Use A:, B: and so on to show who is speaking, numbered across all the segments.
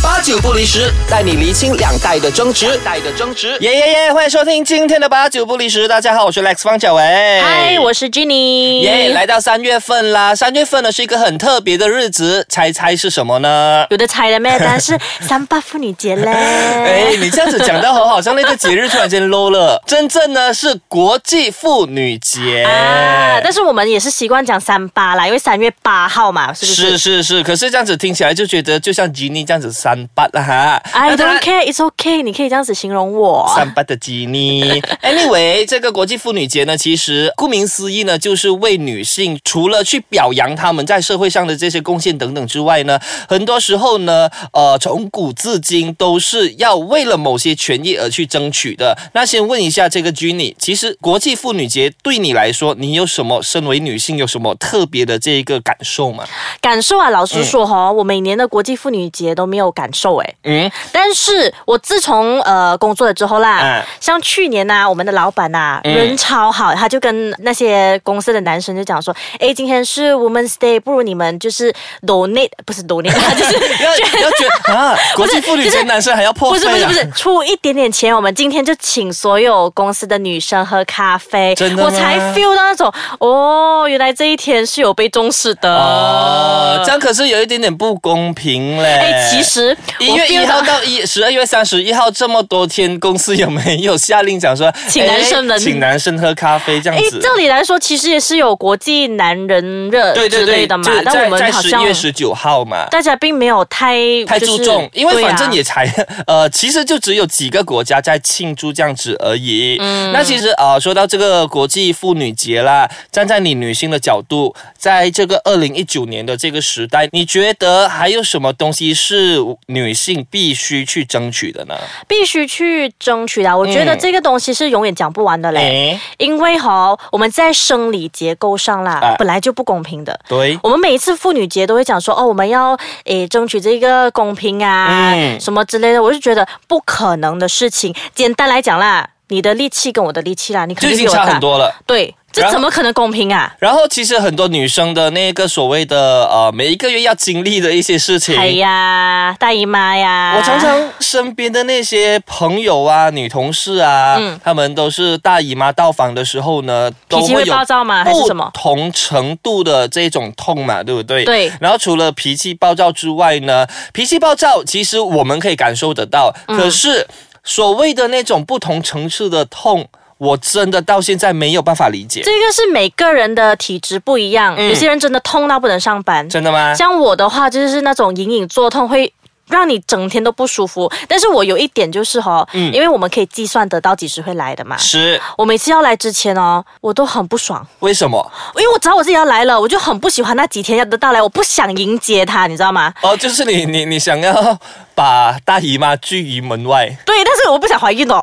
A: 八九不离十，带你厘清两代的争执。
B: 代的争执。
A: 耶耶耶！欢迎收听今天的八九不离十。大家好，我是 Lex 方小维。
C: 嗨，我是 Jenny。
A: 耶来到三月份啦！三月份呢是一个很特别的日子，猜猜是什么呢？
C: 有的 猜了没？当然是三八妇女节嘞。
A: 哎，你这样子讲到好，好像那个节日突然间 low 了。真正呢是国际妇女节
C: 啊，但是我们也是习惯讲三八啦，因为三月八号嘛，是不是？
A: 是是是，可是这样子听起来就觉得就像吉尼这样子三八了哈。
C: I
A: 那当
C: don't
A: 然
C: care, it's okay。你可以这样子形容我。
A: 三八的吉 尼。Anyway，这个国际妇女节呢，其实顾名思义呢，就是为女性除了去表扬她们在社会上的这些贡献等等之外呢，很多时候呢，呃，从古至今都是要为了某些权益而去争取的。那先问一下这个 Jenny，其实国际妇女节对你来说，你有什么身为女性有什么特别的这一个感受吗？
C: 感受啊，老实说哈、我每年的国际妇女节都没有感受哎。
A: 嗯，
C: 但是我自从呃工作了之后啦，
A: 嗯
C: 像去年呐、我们的老板呐、
A: 嗯
C: 人超好，他就跟那些公司的男生就讲说，哎，今天是 Women's Day，不如你们就是 donate，不是 donate，就是。
A: 要要觉得啊，国际妇女节男生还要破
C: 不
A: 费、
C: 是
A: 啊、
C: 不是不是，出一点点钱，我们今天就请所有公司的女生喝咖啡，
A: 真的吗
C: 我才 feel 到那种哦，原来这一天是有被重视的
A: 哦，这样可是有一点点不公平嘞。
C: 呃哎，其实
A: 一
C: 我
A: 月
C: feel
A: 一
C: 到
A: 号到一十二月三十一号这么多天，公司有没 有下令讲说，
C: 请男生
A: 哎
C: 们
A: 请男生喝咖啡这样
C: 哎，
A: 子？
C: 照理来说，其实也是有国际男人热
A: 对对
C: 之类
A: 对，
C: 的嘛
A: 就是，
C: 但
A: 在
C: 我
A: 在
C: 们好
A: 十一
C: 像
A: 月十九号嘛。
C: 大家并没有太
A: 太
C: 就是
A: 注重，因为
C: 对啊
A: 反正也才、 呃，其实就只有几个国家在庆祝这样子而已。
C: 嗯
A: 那其实啊、呃说到这个国际妇女节啦，站在你女性的角度，在这个二零一九年的这个时代，你觉得还有什么东西是女性必须去争取的呢？
C: 必须去争取的啊。我觉得
A: 嗯
C: 这个东西是永远讲不完的嘞，
A: 哎，
C: 因为哈，我们在生理结构上
A: 啊
C: 啦，本来就不公平的。
A: 对，
C: 我们每一次妇女节都会讲说，哦，我们要诶争取这个公平啊，
A: 嗯
C: 什么之类的。我就觉得不可能的事情。简单来讲啦，你的力气跟我的力气啦，你肯
A: 就已
C: 定比
A: 经
C: 我
A: 差
C: 大
A: 很。多了。
C: 对，
A: 然
C: 这
A: 后
C: 怎么可能公平啊？
A: 然后其实很多女生的那个所谓的呃，每一个月要经历的一些事情，
C: 哎呀，大姨妈呀！
A: 我常常身边的那些朋友啊、女同事啊，
C: 嗯
A: 她们都是大姨妈到访的时候呢，都
C: 脾气
A: 会
C: 会
A: 有
C: 暴躁吗？还是什么
A: 不？同程度的这种痛嘛，对不对？
C: 对
A: 然后除了脾气暴躁之外呢，脾气暴躁其实我们可以感受得到，
C: 嗯
A: 可是所谓的那种不同层次的痛，我真的到现在没有办法理解。
C: 这个是每个人的体质不一样，
A: 嗯
C: 有些人真的痛到不能上班。
A: 真的吗？
C: 像我的话，就是那种隐隐作痛会。让你整天都不舒服，但是我有一点就是哈、
A: 嗯
C: 因为我们可以计算得到几时会来的嘛。
A: 是
C: 我每次要来之前哦，我都很不爽，
A: 为什么？
C: 因为我知道我自己要来了，我就很不喜欢那几天要的到来，我不想迎接它，你知道吗？
A: 哦，就是你你你想要把大姨妈拒于门外。
C: 对，但是我不想怀孕哦。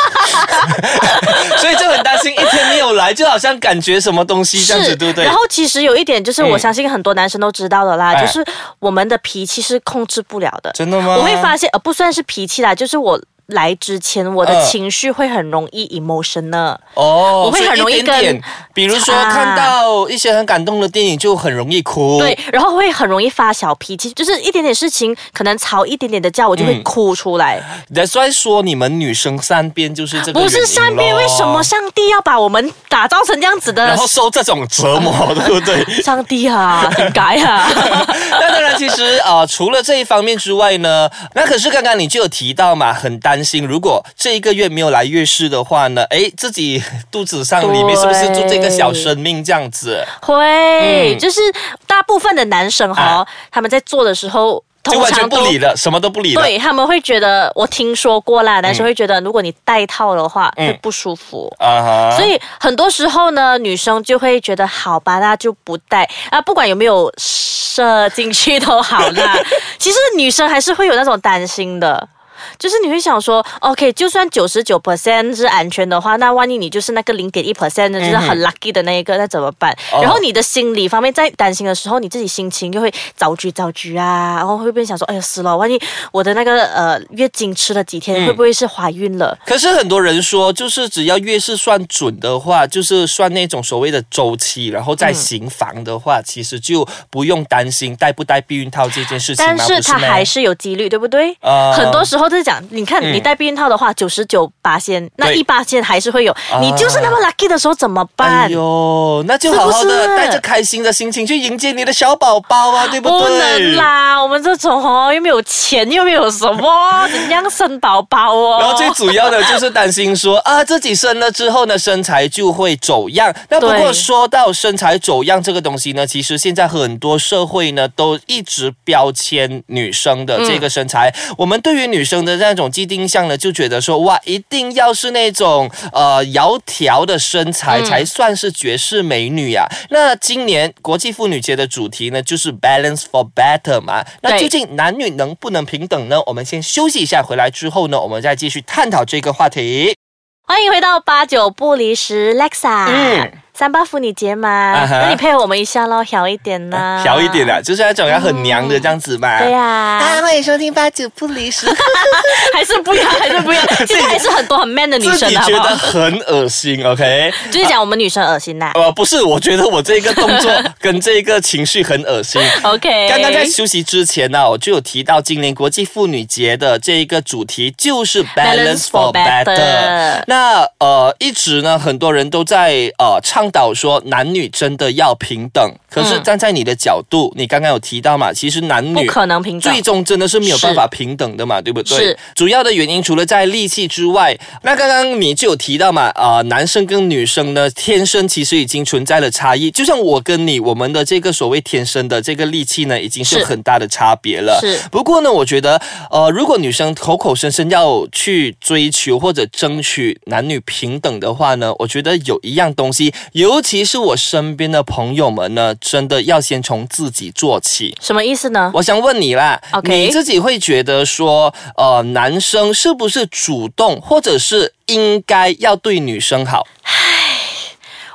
A: 所以就很担心一天没有来，就好像感觉什么东西这样子，对不对
C: 然？后其实有一点就是，
A: 嗯
C: 我相信很多男生都知道的啦，
A: 哎
C: 就是我们的脾气是控制不了的。
A: 真的吗？
C: 我会发现，呃，不算是脾气啦，就是我。来之前，我
A: 嗯
C: 的情绪会很容易 emotional，、
A: 哦，
C: 我会很容易
A: 所以一点点
C: 跟
A: 比如说
C: 啊
A: 看到一些很感动的电影，就很容易哭。
C: 对，，然后会很容易发小脾气，就是一点点事情，可能吵一点点的架，我就会
A: 嗯
C: 哭出来。
A: 所以说你们女生善变就是这个
C: 不
A: 原
C: 是
A: 因
C: 善变，
A: 咯
C: 为什么？上帝要把我们打造成这样子
A: 然
C: 的
A: 后？受这种折 磨，对不对？
C: 上帝啊，很该 啊！
A: 那当然，其实啊、呃除了这一方面之外呢，那可是刚刚你就有提到嘛，很担心，如果这一个月没有来月事的话呢，诶，自己肚子上里面是不是住这个小生命这样子？
C: 会，
A: 嗯
C: 就是大部分的男生哈、
A: 啊
C: 他们在做的时候，
A: 就
C: 通
A: 完全
C: 常
A: 不
C: 都
A: 理了，什么都不理了。
C: 对他们会觉得，我听说过啦，男生会觉得，如果你戴套的话、
A: 嗯
C: 会不舒服。
A: 啊哈，
C: 所以很多时候呢，女生就会觉得好吧，那就不戴啊，不管有没有射进去都好啦。其实女生还是会有那种担心的。就是你会想说，OK，就算九十九 percent 是安全的话，那万一你就是那个零点一 percent 就是很 lucky 的那一个，那怎么办？
A: 哦
C: 然后你的心理方面在担心的时候，你自己心情就会着急着急啊，然后会不会想说，哎呀死了，万一我的那个呃月经吃了几天，会不会是怀孕了？
A: 可是很多人说，就是只要越是算准的话，就是算那种所谓的周期，然后
C: 嗯
A: 再行房的话，其实就不用担心带不带避孕套这件事情嘛
C: 但是
A: 啊不
C: 它
A: 吗
C: 还是有几率，对不对？
A: 呃
C: 很多时候就是讲，你看你戴避孕套的话，九十九八仙，那
A: 嗯对啊
C: 一八仙还是会有。你就是那么 lucky 的时候怎么办？
A: 哎呦，那就好好
C: 是
A: 的
C: 不是
A: 带着开心的心情去迎接你的小宝宝啊，对不对？
C: 不能啦，我们这种哦，又没有钱，又没有 什么，怎样生宝宝哦？
A: 然后最主要的就是担心说啊，自己生了之后呢，身材就会走样。那不过
C: 对
A: 说到身材走样这个东西呢，其实现在很多社会呢都一直标签女生的这个身材。我们对于女生的那种既定印象呢，就觉得说哇，一定要是那种呃窈窕的身材才算是绝世美女啊。那今年国际妇女节的主题呢，就是 Balance for Better 嘛。那
C: 对
A: 究竟男女能不能平等呢？我们先休息一下，回来之后呢，我们再继续探讨这个话题。
C: 欢迎回到八九不离十，Lexa。
A: 嗯
C: 三八妇女节嘛
A: 啊哈啊
C: 那你配合我们一下喽，调一点呐、
A: 小一点啊啦，就是那种要很娘的这样子嘛。
C: 对呀、啊
A: 欢迎收听八九不离 十。
C: 还是不要，还是 不要。现在还是很多很 man 的女
A: 自
C: 生
A: 己
C: 的，好
A: 觉
C: 不
A: 得
C: 好？
A: 很恶心，OK？
C: 就是讲我们女生恶心呐、
A: 呃，不是，我觉得我这个动作跟这个情绪很恶 心。
C: OK，
A: 哦刚刚在休息之前呢、我就有提到今年国际妇女节的这一个主题就是 balance for better
C: better。
A: 那呃，一直呢，很多人都在呃倡导说男女真的要平等。可是
C: 嗯
A: 站在你的角度，你刚刚有提到嘛，其实男
C: 不
A: 女
C: 可能平等
A: 最。终真的是没有办法平等的嘛，对不对？
C: 是
A: 主要的原因除了在力气之外，那刚刚你就有提到嘛，啊、男生跟女生呢，天生其实已经存在了差异。就像我跟你，我们的这个所谓天生的这个力气呢，已经是有
C: 是
A: 很大的差别了。
C: 是
A: 不过呢，我觉得，呃，如果女生口口声声要去追求或者争取男女平等的话呢，我觉得有一样东西，尤其是我身边的朋友们呢，真的要先从自己做起。
C: 什么意思呢？
A: 我想问你啦
C: OK
A: 你自己会觉得说，呃，男生是不是主动或者是应该要对女生好？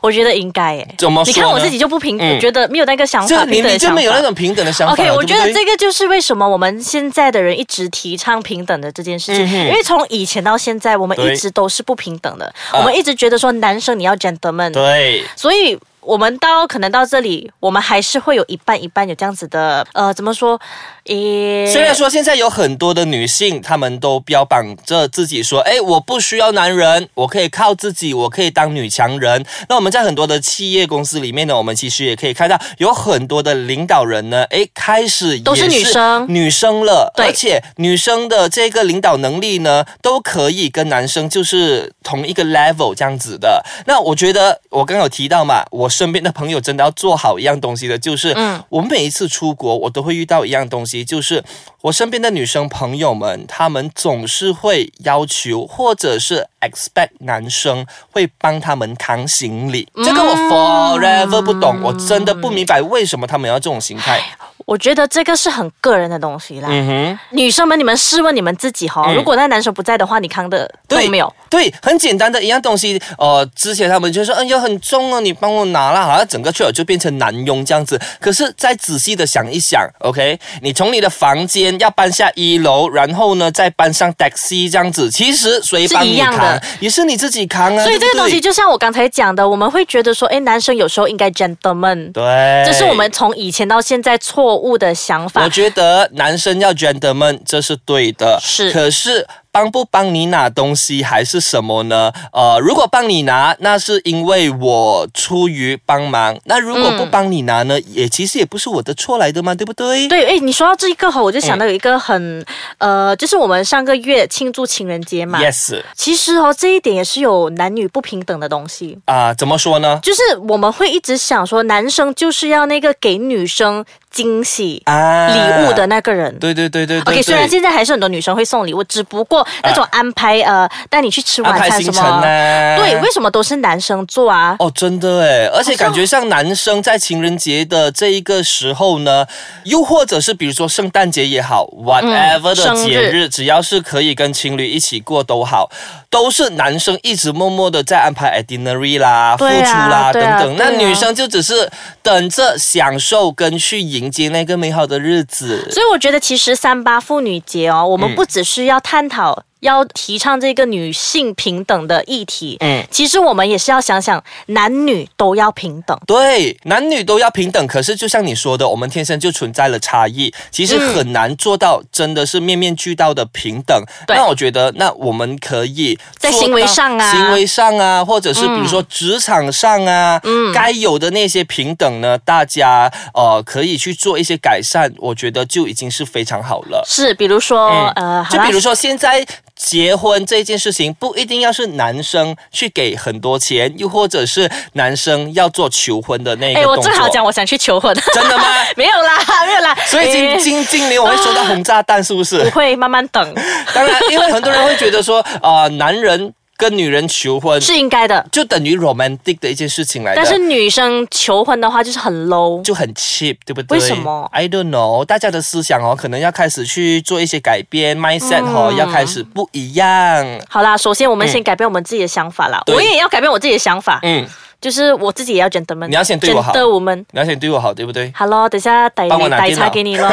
C: 我觉得应该耶。
A: 怎么
C: 你
A: 说呢？
C: 看我自己就不平，
A: 嗯
C: 我觉得没有那个想
A: 就
C: 法，
A: 你
C: 平等
A: 你
C: 的
A: 就
C: 想法
A: 没有那。种平等的想法
C: OK，
A: 了
C: 我觉得
A: 对不对
C: 这个就是为什么我们现在的人一直提倡平等的这件事情，
A: 嗯哼
C: 因为从以前到现在，我们
A: 对
C: 一直都是不平等的，
A: 啊
C: 我们一直觉得说男生你要 gentleman，
A: 对。
C: 所以我们到可能到这里，我们还是会有一半一半有这样子的，呃，怎么说？诶，
A: 虽然说现在有很多的女性，她们都标榜着自己说：“哎，我不需要男人，我可以靠自己，我可以当女强人。”那我们在很多的企业公司里面呢，我们其实也可以看到有很多的领导人呢，哎，开始也
C: 都是女生
A: 女生了，
C: 对
A: 而且女生的这个领导能力呢，都可以跟男生就是同一个 level 这样子的。那我觉得我刚刚有提到嘛，我身边的朋友真的要做好一样东西的，就是，
C: 嗯
A: 我每一次出国，我都会遇到一样东西，就是我身边的女生朋友们，她们总是会要求或者是 expect 男生会帮她们扛行李，这个我 forever 不懂，我真的不明白为什么他们要这种形态。
C: 我觉得这个是很个人的东西啦。
A: 嗯哼。
C: 女生们，你们试问你们自己哈、
A: 嗯
C: 如果那男生不在的话，你扛的都
A: 对，
C: 没有。
A: 对，很简单的一样东西。呃，之前他们就说，哎呀，很重哦，你帮我拿啦，好像整个去了就变成男佣这样子。可是再仔细的想一想，OK，你从你的房间要搬下一楼，然后呢再搬上 taxi 这样子，其实谁帮
C: 是一
A: 你
C: 样的
A: 扛，也是你自己扛啊。
C: 所以这
A: 对不
C: 个东西
A: 对
C: 就像我刚才讲的，我们会觉得说，哎，男生有时候应该 gentleman，
A: 对，
C: 这是我们。从以前到现在错误的想法
A: 我。觉得男生要 gentleman 这是对的，
C: 是
A: 可是帮不帮你拿东西还是什么呢？呃，如果帮你拿，那是因为我出于帮忙；那如果不帮你拿呢，也其实也不是我的错来的嘛，对不对？
C: 对，哎，你说到这一个哈，我就想到有一个很，呃，就是我们上个月庆祝情人节嘛。
A: 嗯，yes
C: 其实哦，这一点也是有男女不平等的东西。
A: 啊、怎么说呢？
C: 就是我们会一直想说，男生就是要那个给女生惊喜、
A: 啊
C: 礼物的，那个人。
A: 对对对对对
C: OK，虽然
A: 对啊
C: 现在还是很多女生会送礼物，只不过做那种安排，呃，带你去吃晚
A: 安排
C: 餐
A: 行
C: 什
A: 程啊
C: 么。
A: 呢？
C: 对，为什么都是男生做啊？
A: 哦，真的哎，而且感觉像男生在情人节的这一个时候呢，又或者是比如说圣诞节也好，whatever 的
C: 嗯生日
A: 节日，只要是可以跟情侣一起过都好，都是男生一直默默的在安排 itinerary 啦、付
C: 对啊
A: 出啦等
C: 对啊
A: 等，
C: 对啊
A: 那女生就只是等着享受跟去迎接那个美好的日子。
C: 所以我觉得，其实三八妇女节哦，我们
A: 嗯
C: 不只是要探讨、要提倡这个女性平等的议题，
A: 嗯
C: 其实我们也是要想想男女都要平等。
A: 对，男女都要平等。可是就像你说的，我们天生就存在了差异，其实很难做到真的是面面俱到的平等。
C: 对
A: 那我觉得，那我们可以
C: 在
A: 做到
C: 行为上啊嗯
A: 行为上啊，或者是比如说职场上啊，该有的那些平等呢，大家呃可以去做一些改善，我觉得就已经是非常好了。
C: 是，比如说，呃，好
A: 嗯就
C: 啦
A: 比如说现在结婚这件事情，不一定要是男生去给很多钱，又或者是男生要做求婚的那个
C: 哎，
A: 动
C: 我
A: 作。
C: 正好讲，我想去求婚，
A: 真的吗？
C: 没有啦，没 有啦，
A: 所以今
C: 哎
A: 今今年我会收到轰炸弹，是不
C: 不
A: 是？
C: 会慢慢 等，
A: 当然，因为很多人会觉得说，啊，男人跟女人求婚
C: 是应该的。
A: 就等于 romantic 的一件事情来的。
C: 但是女生求婚的话就是很 low，
A: 就很 cheap，对不对？
C: 为什么
A: ？I don't know，大家的思想哦，可能要开始去做一些改变，mindset 哦，
C: 嗯
A: 要开始不一样。
C: 好啦，首先我们
A: 嗯
C: 先改变我们自己的想法啦，
A: 对
C: 我也要改变我自己的想法，
A: 嗯，
C: 就是我自己也要 gentleman，
A: 你要先对我好
C: gentlewoman。
A: 你要先对我好，对不对？
C: 好咯，等一下逮
A: 帮我拿
C: 逮
A: 电脑
C: 茶 给你咯，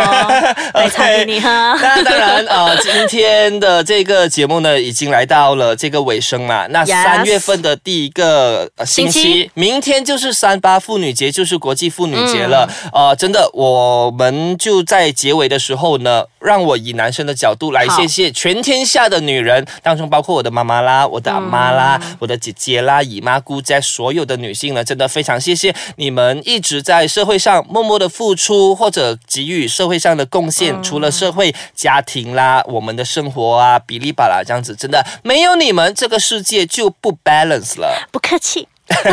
C: 逮茶给你哈。
A: 那当然，呃，今天的这个节目呢，已经来到了这个尾声嘛。那
C: Yes
A: 三月份的第一个、呃星期，
C: 星期嗯
A: 明天就是三八妇女节，就是国际妇女节了。呃，真的，我们就在结尾的时候呢，让我以男生的角度来
C: 好
A: 谢谢全天下的女人，当中包括我的妈妈啦、我的阿妈啦、我的姐姐啦、姨妈、姑姐，所有的女性呢，真的非常谢谢你们一直在社会上默默的付出，或者给予社会上的贡献。除了社会、家庭啦，我们的生活啊，比例吧啦，这样子，真的没有你们，这个世界就不 balance 了。
C: 不客气，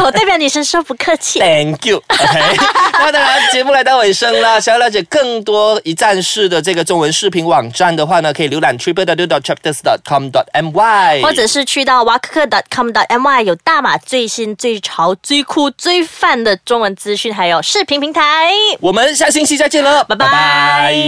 C: 我代表女生说不客气。
A: Thank you。OK，那 当然，节目来到尾声了。想要了解更多一站式的这个中文视频网站的话呢，可以浏览 triple w chapters com my，
C: 或者是去到哇可可 .com .my 有大马最新最潮最酷最范的中文资讯，还有视频平台。
A: 我们下星期再见了，
C: 拜拜